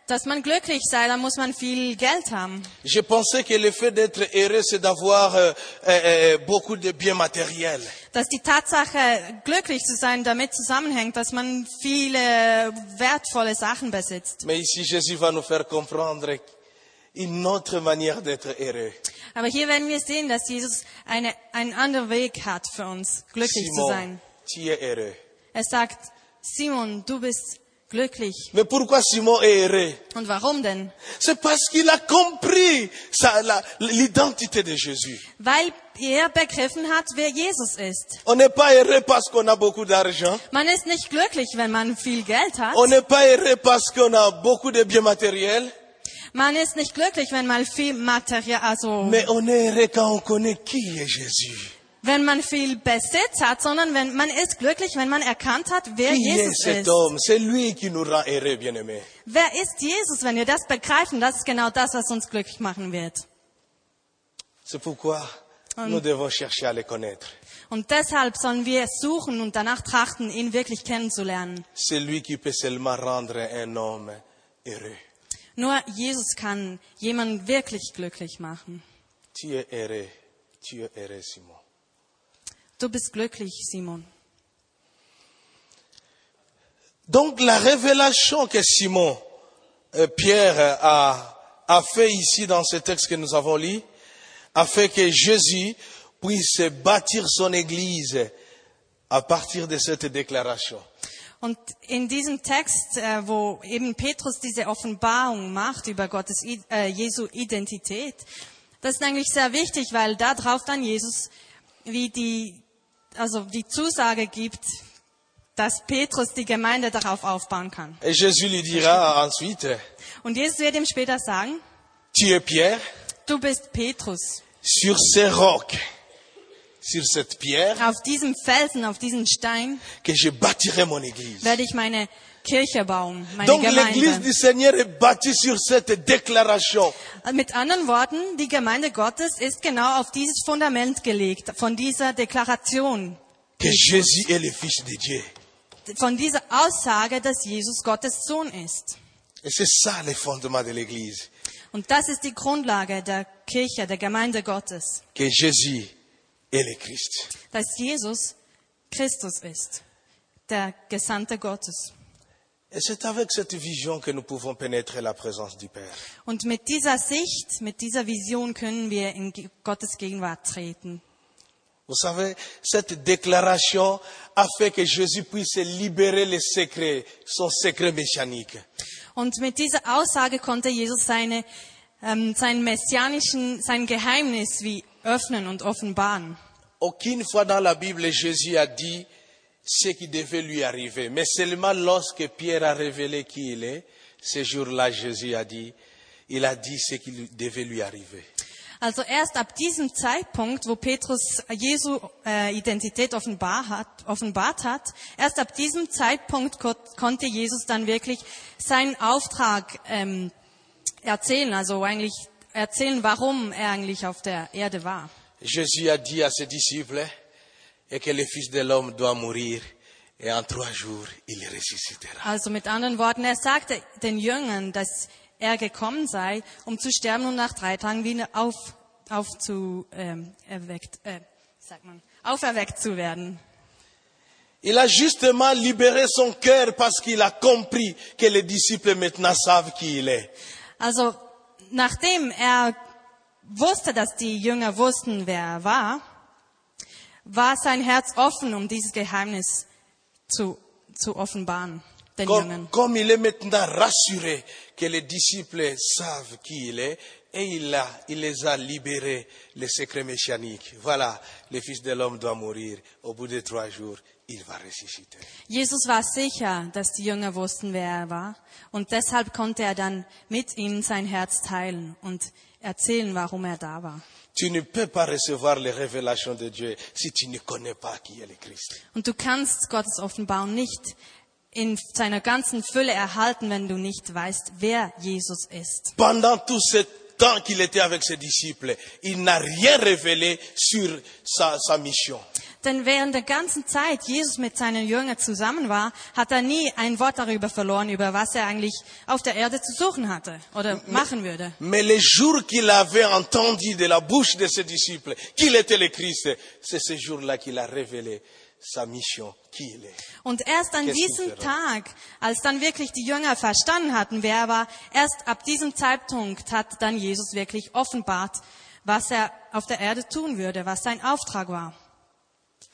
[SPEAKER 2] dass man glücklich sei, dann muss man viel Geld haben.
[SPEAKER 1] Je pensais que le fait d'être heureux, c'est d'avoir euh, euh, euh, beaucoup de biens matériels.
[SPEAKER 2] Dass die Tatsache, glücklich zu sein, damit zusammenhängt, dass man viele wertvolle Sachen besitzt.
[SPEAKER 1] Mais ici, Jésus va nous faire comprendre une autre manière d'être heureux.
[SPEAKER 2] Aber hier werden wir sehen, dass Jesus eine, einen anderen Weg hat für uns, glücklich zu
[SPEAKER 1] Simon,
[SPEAKER 2] sein.
[SPEAKER 1] tu es heureux.
[SPEAKER 2] Er sagt, Simon, du bist glücklich.
[SPEAKER 1] Mais pourquoi Simon est heureux
[SPEAKER 2] Und warum denn?
[SPEAKER 1] C'est parce qu'il a compris sa- la- l'identité de Jésus.
[SPEAKER 2] Weil er begriffen hat, wer Jesus ist.
[SPEAKER 1] On n'est pas heureux parce qu'on a beaucoup d'argent.
[SPEAKER 2] Man ist nicht glücklich, wenn man viel Geld hat.
[SPEAKER 1] On n'est pas heureux parce qu'on a beaucoup de biens matériels.
[SPEAKER 2] Man ist nicht glücklich, wenn man viel Material, also
[SPEAKER 1] Mais on est heureux quand on connaît qui est Jésus.
[SPEAKER 2] wenn man viel Besitz hat, sondern wenn man ist glücklich, wenn man erkannt hat, wer
[SPEAKER 1] Qui est
[SPEAKER 2] Jesus
[SPEAKER 1] cet
[SPEAKER 2] ist.
[SPEAKER 1] homme C'est lui qui nous rend heureux, bien-aimés.
[SPEAKER 2] Wer ist Jesus? Wenn wir das begreifen, das ist genau das, was uns glücklich machen wird.
[SPEAKER 1] C'est pourquoi nous devons chercher à le connaître.
[SPEAKER 2] Und deshalb sollen wir suchen und danach trachten, ihn wirklich kennenzulernen.
[SPEAKER 1] C'est lui qui peut seulement rendre un homme heureux.
[SPEAKER 2] Nur Jesus kann jemanden wirklich glücklich machen.
[SPEAKER 1] Tu es heureux, tu es heureux, Simon.
[SPEAKER 2] Du bist glücklich, Simon.
[SPEAKER 1] Donc la révélation que Simon, euh, Pierre euh, a, a fait ici dans ce texte que nous avons lu, a fait que Jésus puisse bâtir son Église à partir de cette déclaration.
[SPEAKER 2] Und in diesem Text, äh, wo eben Petrus diese Offenbarung macht über Gottes, I- äh, Jesu Identität, das ist eigentlich sehr wichtig, weil darauf dann Jesus wie die, also die Zusage gibt, dass Petrus die Gemeinde darauf aufbauen kann.
[SPEAKER 1] Et Jésus lui dira ensuite,
[SPEAKER 2] Und Jesus wird ihm später sagen,
[SPEAKER 1] tu es Pierre,
[SPEAKER 2] du bist Petrus.
[SPEAKER 1] sur ce roc, sur cette pierre,
[SPEAKER 2] Auf diesem Felsen, auf diesem Stein
[SPEAKER 1] que je bâtirai mon Église.
[SPEAKER 2] werde ich meine Kirche bauen, meine
[SPEAKER 1] Donc l'Église
[SPEAKER 2] Gemeinde.
[SPEAKER 1] du Seigneur est bâtie sur cette déclaration.
[SPEAKER 2] Mit anderen Worten, die Gemeinde Gottes ist genau auf dieses Fundament gelegt, von dieser Deklaration,
[SPEAKER 1] que Jésus est le Fils de Dieu.
[SPEAKER 2] von dieser Aussage, dass Jesus Gottes Sohn ist.
[SPEAKER 1] Et c'est ça le fondement de l'Église.
[SPEAKER 2] Und das ist die Grundlage der Kirche, der Gemeinde Gottes,
[SPEAKER 1] Que Jésus est le Christ.
[SPEAKER 2] dass Jesus Christus ist, der Gesandte Gottes.
[SPEAKER 1] Et c'est avec cette vision que nous pouvons pénétrer la présence du Père.
[SPEAKER 2] Und mit dieser Sicht, mit dieser Vision können wir in Ge- Gottes Gegenwart treten.
[SPEAKER 1] Vous savez, cette déclaration a fait que Jésus puisse libérer les secrets, son secret mécanique.
[SPEAKER 2] Und mit dieser Aussage konnte Jesus seine, ähm, seinen messianischen, sein Geheimnis wie öffnen und offenbaren.
[SPEAKER 1] Aucune fois dans la Bible, Jésus a dit ce qui devait lui arriver. Mais seulement lorsque Pierre a révélé qui il est, ce jour-là, Jésus a dit, il a dit ce qui lui- devait lui arriver.
[SPEAKER 2] Also erst ab diesem Zeitpunkt, wo Petrus Jesu äh, Identität offenbar hat, offenbart hat, erst ab diesem Zeitpunkt ko konnte Jesus dann wirklich seinen Auftrag ähm, erzählen, also eigentlich erzählen, warum er eigentlich auf der Erde war.
[SPEAKER 1] Jésus a dit à ses disciples et que le Fils de l'homme doit mourir et en trois jours il ressuscitera.
[SPEAKER 2] Also mit anderen Worten, er sagte den Jüngern, dass er gekommen sei, um zu sterben und nach drei Tagen wieder auf, auf zu, ähm, erweckt, äh, wie sagt man, auferweckt zu werden.
[SPEAKER 1] Il a justement libéré son cœur parce qu'il a compris que les disciples maintenant savent qui il est.
[SPEAKER 2] Also nachdem er wusste, dass die Jünger wussten, wer er war, war sein Herz offen, um dieses Geheimnis zu, zu offenbaren den
[SPEAKER 1] Comme,
[SPEAKER 2] Jüngern.
[SPEAKER 1] comme il est maintenant rassuré que les disciples savent qui il est et il, a, il les a libérés, les secrets mécaniques. Voilà, le Fils de l'homme doit mourir. Au bout de trois jours, il va ressusciter.
[SPEAKER 2] Jesus war sicher, dass die Jünger wussten, wer er war. Und deshalb konnte er dann mit ihnen sein Herz teilen und erzählen, warum er da war.
[SPEAKER 1] Tu ne peux pas recevoir les révélations de Dieu si tu ne connais pas qui est le Christ.
[SPEAKER 2] Und du kannst Gottes Offenbarung nicht in seiner ganzen Fülle erhalten, wenn du nicht weißt, wer Jesus ist.
[SPEAKER 1] Pendant tout ce temps qu'il était avec ses disciples, il n'a rien révélé sur sa, sa mission.
[SPEAKER 2] Denn während der ganzen Zeit Jesus mit seinen Jüngern zusammen war, hat er nie ein Wort darüber verloren, über was er eigentlich auf der Erde zu suchen hatte oder machen würde.
[SPEAKER 1] Mais les jours qu'il avait entendu de la bouche de ses disciples qu'il était le Christ, c'est ce jour-là qu'il a révélé sa mission, qui il est.
[SPEAKER 2] Und erst an
[SPEAKER 1] Yes,
[SPEAKER 2] diesem
[SPEAKER 1] Peter.
[SPEAKER 2] Tag, als dann wirklich die Jünger verstanden hatten, wer er war, erst ab diesem Zeitpunkt hat dann Jesus wirklich offenbart, was er auf der Erde tun würde, was sein Auftrag war.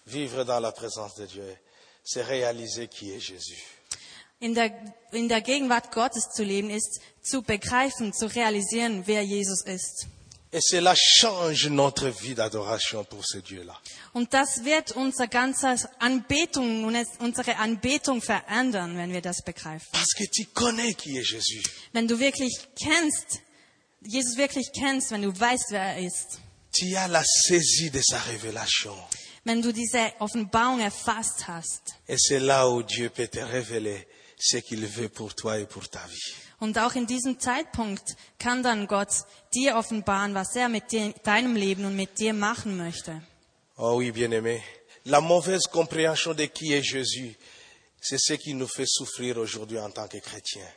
[SPEAKER 1] Vivre dans la présence de Dieu, c'est réaliser qui est Jésus.
[SPEAKER 2] In der, in der Gegenwart Gottes zu leben ist zu begreifen, zu realisieren, wer Jesus ist.
[SPEAKER 1] Et cela change notre vie d'adoration pour ce Dieu-là.
[SPEAKER 2] Und das wird unser ganzer Anbetung, unsere Anbetung verändern, wenn wir das begreifen.
[SPEAKER 1] Parce que tu connais qui est Jésus.
[SPEAKER 2] Wenn du wirklich kennst, Jesus wirklich kennst, wenn du weißt, wer er ist,
[SPEAKER 1] Tu as la saisie de sa révélation.
[SPEAKER 2] wenn du diese Offenbarung erfasst hast
[SPEAKER 1] Et c'est là où Dieu peut te révéler ce qu'il veut pour toi et pour ta vie.
[SPEAKER 2] und auch in diesem Zeitpunkt kann dann Gott dir offenbaren, was er mit dir, deinem Leben und mit dir machen möchte.
[SPEAKER 1] Oh oui, bien-aimé. La mauvaise compréhension de qui est Jésus, c'est ce qui nous fait souffrir aujourd'hui en tant que chrétiens.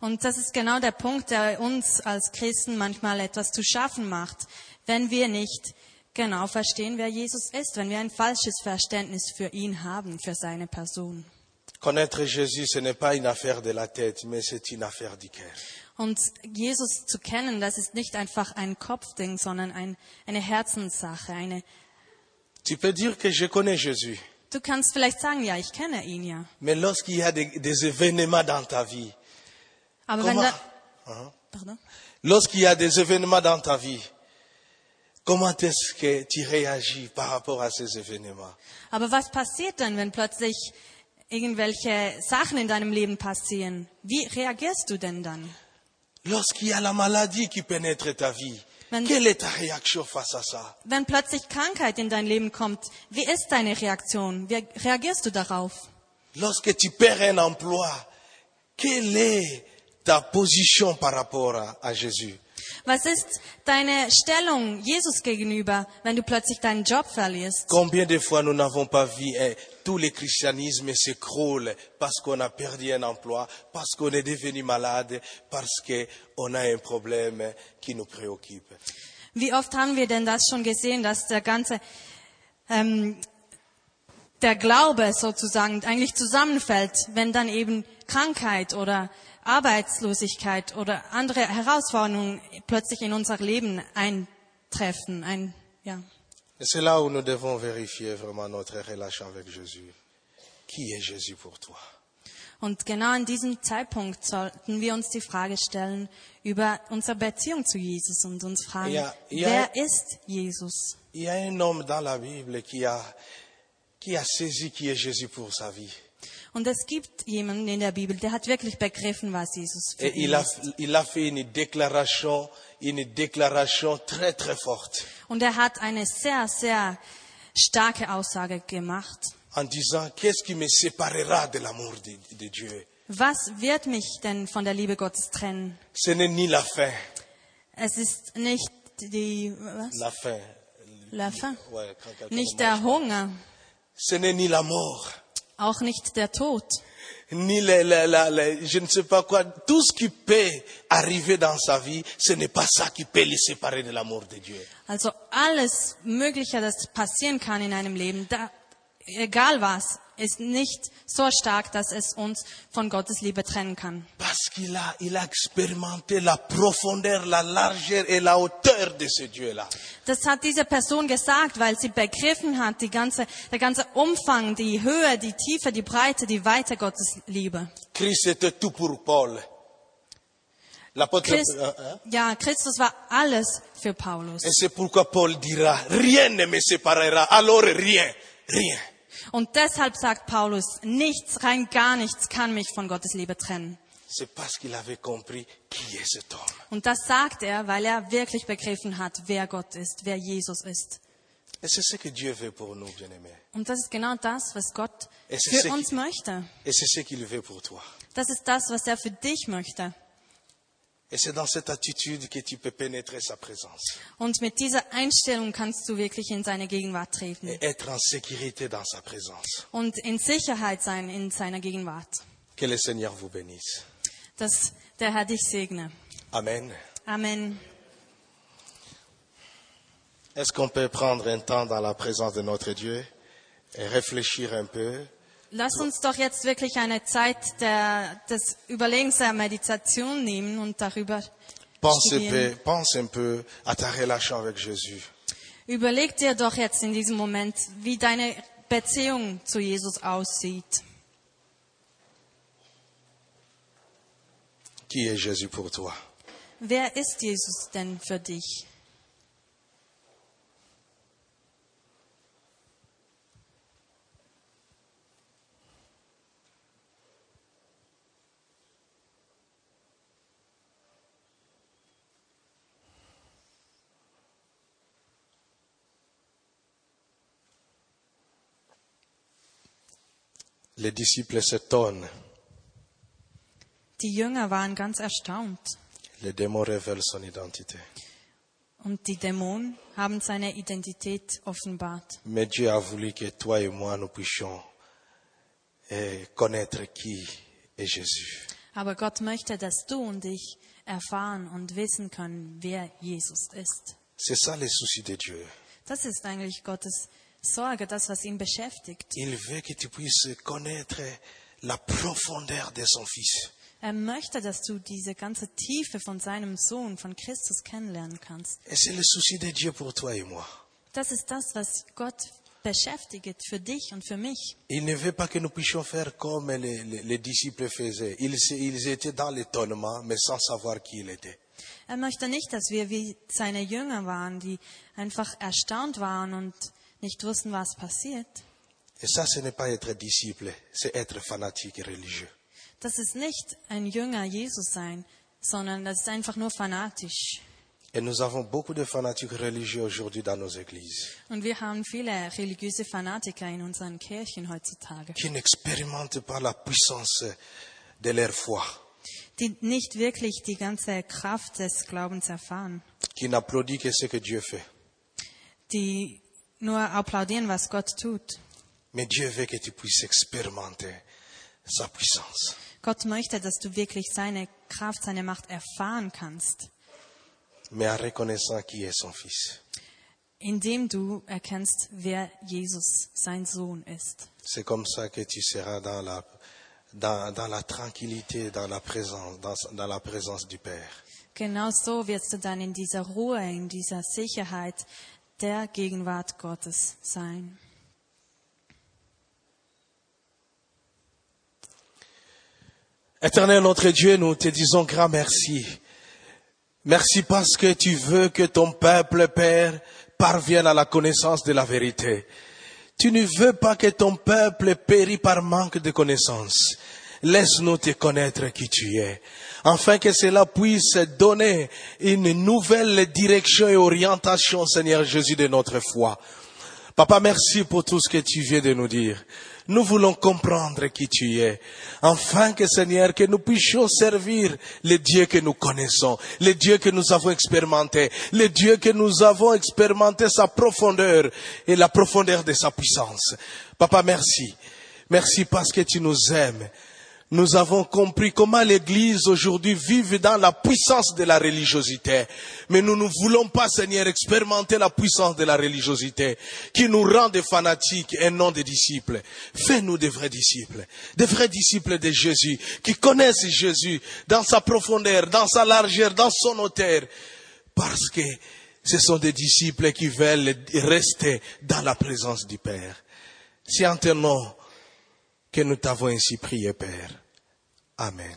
[SPEAKER 2] Und das ist genau der Punkt, der uns als Christen manchmal etwas zu schaffen macht, wenn wir nicht genau verstehen, wer Jesus ist, wenn wir ein falsches Verständnis für ihn haben, für seine Person.
[SPEAKER 1] Connaître Jésus, ce n'est pas une affaire de la tête, mais c'est une affaire du cœur.
[SPEAKER 2] Und Jesus zu kennen, das ist nicht einfach ein Kopfding, sondern ein, eine Herzenssache. Eine
[SPEAKER 1] Tu peux dire que je connais Jésus,
[SPEAKER 2] du kannst vielleicht sagen, ja, ich kenne ihn ja.
[SPEAKER 1] mais lorsqu'il y a des, des événements dans ta vie,
[SPEAKER 2] Aber wenn
[SPEAKER 1] comment,
[SPEAKER 2] da,
[SPEAKER 1] Hein?
[SPEAKER 2] pardon,
[SPEAKER 1] lorsqu'il y a des événements dans ta vie, comment est-ce que tu réagis par rapport à ces événements
[SPEAKER 2] aber was passiert dann, wenn plötzlich irgendwelche Sachen in deinem Leben passieren? Wie reagierst du denn dann?
[SPEAKER 1] Lorsqu'il y a la maladie qui pénètre ta vie,
[SPEAKER 2] Wenn-
[SPEAKER 1] quelle est ta réaction face à ça
[SPEAKER 2] Wenn plötzlich Krankheit in dein Leben kommt, wie ist deine Reaktion? Wie reagierst du darauf?
[SPEAKER 1] Lorsque tu perds un emploi, quelle est ta position par rapport à, à Jésus
[SPEAKER 2] Was ist deine Stellung Jesus gegenüber, wenn du plötzlich deinen Job verlierst?
[SPEAKER 1] Combien de fois nous n'avons pas vu eh, tous les christianismes s'écroulent parce qu'on a perdu un emploi, parce qu'on est devenu malade, parce qu'on a un problème qui nous préoccupe.
[SPEAKER 2] Wie oft haben wir denn das schon gesehen, dass der ganze ähm, der Glaube sozusagen eigentlich zusammenfällt, wenn dann eben Krankheit oder Arbeitslosigkeit oder andere Herausforderungen plötzlich in unser Leben eintreffen. Ein, ja.
[SPEAKER 1] Et c'est là où nous devons vérifier vraiment notre relation avec Jésus. Qui est Jésus pour toi
[SPEAKER 2] Und genau an diesem Zeitpunkt sollten wir uns die Frage stellen über unsere Beziehung zu Jesus und uns fragen,
[SPEAKER 1] Ja, ja.
[SPEAKER 2] wer ist Jesus?
[SPEAKER 1] Il y a un homme dans la Bible qui a, qui a saisi qui est Jésus pour sa vie.
[SPEAKER 2] Und es gibt jemanden in der Bibel, der hat wirklich begriffen, was Jesus für
[SPEAKER 1] Et
[SPEAKER 2] ihn
[SPEAKER 1] il a,
[SPEAKER 2] ist.
[SPEAKER 1] il a fait une déclaration, une déclaration très très forte
[SPEAKER 2] Und er hat eine sehr, sehr starke Aussage gemacht.
[SPEAKER 1] en disant qu'est-ce qui me séparera de l'amour de, de Dieu
[SPEAKER 2] Was wird mich denn von der Liebe Gottes trennen?
[SPEAKER 1] Ce n'est ni la faim,
[SPEAKER 2] Es ist nicht die, was?
[SPEAKER 1] la faim.
[SPEAKER 2] La faim.
[SPEAKER 1] Ouais, quand quelqu'un
[SPEAKER 2] Nicht
[SPEAKER 1] mange.
[SPEAKER 2] der Hunger,
[SPEAKER 1] Ce n'est ni la mort,
[SPEAKER 2] auch nicht der Tod.
[SPEAKER 1] ni le- le- la- le- je ne sais pas quoi. Tout ce qui peut arriver dans sa vie, ce n'est pas ça qui peut les séparer de l'amour de Dieu.
[SPEAKER 2] Also alles Mögliche, das passieren kann in einem Leben, da, egal was, ist nicht so stark, dass es uns von Gottes Liebe trennen kann.
[SPEAKER 1] Parce qu'il a, il a expérimenté la profondeur, la largeur et la hauteur de ce Dieu-là.
[SPEAKER 2] Das hat diese Person gesagt, weil sie begriffen hat, die ganze, der ganze Umfang, die Höhe, die Tiefe, die Breite, die Weite Gottes Liebe.
[SPEAKER 1] Christ était tout pour Paul. L'apôtre,
[SPEAKER 2] Christ,
[SPEAKER 1] euh, hein?
[SPEAKER 2] ja, Christus war alles für Paulus.
[SPEAKER 1] et c'est pourquoi Paul dira, rien ne me séparera, alors rien, rien.
[SPEAKER 2] Und deshalb sagt Paulus, nichts, rein gar nichts kann mich von Gottes Liebe trennen.
[SPEAKER 1] C'est parce qu'il avait compris qui est cet homme.
[SPEAKER 2] Und das sagt er, weil er wirklich begriffen hat, wer Gott ist, wer Jesus ist.
[SPEAKER 1] Et c'est ce que Dieu veut pour nous, bien-aimés.
[SPEAKER 2] Und das ist genau das, was Gott
[SPEAKER 1] Es ist
[SPEAKER 2] für
[SPEAKER 1] sicher-
[SPEAKER 2] uns möchte.
[SPEAKER 1] Et c'est ce qu'il veut pour toi.
[SPEAKER 2] Das ist das, was er für dich möchte.
[SPEAKER 1] Et c'est dans cette attitude que tu peux pénétrer sa présence
[SPEAKER 2] Und mit dieser Einstellung kannst du wirklich in seine Gegenwart treten
[SPEAKER 1] et être en sécurité dans sa présence.
[SPEAKER 2] und in Sicherheit sein in seiner Gegenwart.
[SPEAKER 1] Que le Seigneur vous bénisse.
[SPEAKER 2] Dass der Herr dich segne.
[SPEAKER 1] Amen.
[SPEAKER 2] Amen.
[SPEAKER 1] Est-ce qu'on peut prendre un temps dans la présence de notre Dieu et réfléchir un peu
[SPEAKER 2] Lass uns doch jetzt wirklich eine Zeit der, des Überlegens der Meditation nehmen und darüber
[SPEAKER 1] Pense un
[SPEAKER 2] Studieren.
[SPEAKER 1] peu, pense un peu à ta relation avec Jésus.
[SPEAKER 2] Überleg dir doch jetzt in diesem Moment, wie deine Beziehung zu Jesus aussieht.
[SPEAKER 1] Qui est Jésus pour toi
[SPEAKER 2] Wer ist Jesus denn für dich?
[SPEAKER 1] Les disciples s'étonnent.
[SPEAKER 2] Die Jünger waren ganz erstaunt
[SPEAKER 1] Les démons révèlent son identité.
[SPEAKER 2] und die Dämonen haben seine Identität offenbart.
[SPEAKER 1] Mais Dieu a voulu que toi et moi, nous puissions eh, connaître qui est Jésus.
[SPEAKER 2] Aber Gott möchte, dass du und ich erfahren und wissen können, wer Jesus ist.
[SPEAKER 1] C'est ça les soucis de Dieu.
[SPEAKER 2] Das ist eigentlich Gottes Sorge, das, was ihn beschäftigt.
[SPEAKER 1] Il veut que tu puisses connaître la profondeur de son Fils.
[SPEAKER 2] Er möchte, dass du diese ganze Tiefe von seinem Sohn, von Christus kennenlernen kannst.
[SPEAKER 1] Et c'est le souci de Dieu pour toi et moi.
[SPEAKER 2] Das ist das, was Gott beschäftigt für dich und für mich.
[SPEAKER 1] Il ne veut pas que nous puissions faire comme les, les- les disciples faisaient. Ils, se- ils étaient dans l'étonnement, mais sans savoir qui il était.
[SPEAKER 2] Er möchte nicht, dass wir wie seine Jünger waren, die einfach erstaunt waren und nicht wussten, was passiert.
[SPEAKER 1] Et ça, ce n'est pas être disciple, c'est être fanatique et religieux.
[SPEAKER 2] Das ist nicht ein Jünger Jesus sein, sondern das ist einfach nur fanatisch.
[SPEAKER 1] Et nous avons beaucoup de fanatiques religieux aujourd'hui dans nos églises
[SPEAKER 2] Und wir haben viele religiöse Fanatiker in unseren Kirchen heutzutage,
[SPEAKER 1] qui n'expérimentent pas la puissance de leur foi,
[SPEAKER 2] die nicht wirklich die ganze Kraft des Glaubens erfahren,
[SPEAKER 1] qui n'applaudissent que ce que Dieu fait.
[SPEAKER 2] die nur applaudieren, was Gott tut.
[SPEAKER 1] Mais Dieu veut que tu puisses expérimenter sa puissance.
[SPEAKER 2] Gott möchte, dass du wirklich seine Kraft, seine Macht erfahren kannst,
[SPEAKER 1] mais en reconnaissant qui est son Fils.
[SPEAKER 2] indem du erkennst, wer Jesus, sein Sohn ist.
[SPEAKER 1] C'est comme ça que tu seras dans la, dans, dans la tranquillité, dans la présence, dans, dans la présence du Père.
[SPEAKER 2] Genau so wirst du dann in dieser Ruhe, in dieser Sicherheit der Gegenwart Gottes sein.
[SPEAKER 1] Éternel notre Dieu, nous te disons grand merci. Merci parce que tu veux que ton peuple, Père, parvienne à la connaissance de la vérité. Tu ne veux pas que ton peuple périsse par manque de connaissance. Laisse-nous te connaître qui tu es, afin que cela puisse donner une nouvelle direction et orientation, Seigneur Jésus, de notre foi. Papa, merci pour tout ce que tu viens de nous dire. Nous voulons comprendre qui tu es, afin que Seigneur, que nous puissions servir le Dieu que nous connaissons, le Dieu que nous avons expérimenté, le Dieu que nous avons expérimenté sa profondeur et la profondeur de sa puissance. Papa, merci. Merci parce que tu nous aimes. Nous avons compris comment l'Église aujourd'hui vive dans la puissance de la religiosité. Mais nous ne voulons pas, Seigneur, expérimenter la puissance de la religiosité qui nous rend des fanatiques et non des disciples. Fais-nous des vrais disciples, des vrais disciples de Jésus qui connaissent Jésus dans sa profondeur, dans sa largeur, dans son hauteur. Parce que ce sont des disciples qui veulent rester dans la présence du Père. C'est en ton nom que nous t'avons ainsi prié, Père. Amen.